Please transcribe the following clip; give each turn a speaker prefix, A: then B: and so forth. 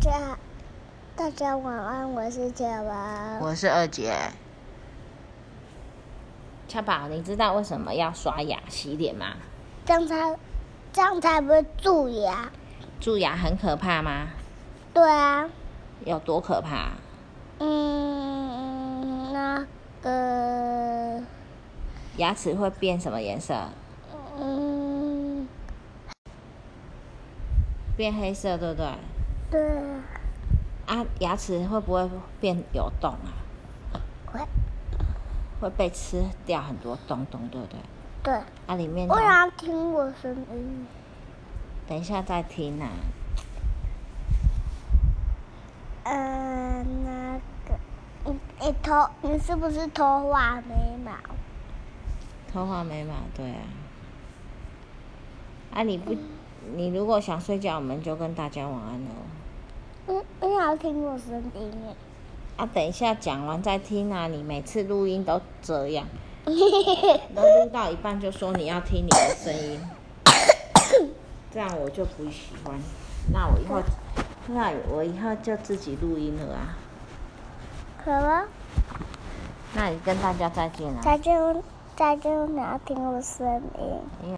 A: 家，大家晚安，我是杰文。
B: 我是二姐，
C: 恰宝，你知道为什么要刷牙洗脸吗？
A: 这样才，这样才不会蛀牙。
C: 蛀牙很可怕吗？
A: 啊对啊，
C: 有多可怕？
A: 嗯，那个，
C: 牙齿会变什么颜色？
A: 嗯，
C: 变黑色，对不对？
A: 对，
C: 啊，牙齿会不会变有洞啊？
A: 会，
C: 会被吃掉很多洞洞，对不对？
A: 对。
C: 啊，里面的
A: 我想要听我声音。
C: 等一下再听啊。
A: 呃，那个，你你头，你是不是头发没毛？
C: 头发没毛，对啊。啊，你不，你如果想睡觉，我们就跟大家晚安喽。
A: 嗯，我想要听我声音 耶。
C: 啊，等一下讲完再听啊！你每次录音都这样，都录到一半就说你要听你的声音，这样我就不喜欢。那我以后，那我以后就自己录音了啊。
A: 可吗？
C: 那你跟大家再见啊。
A: 再见，再见，我想要听我声音。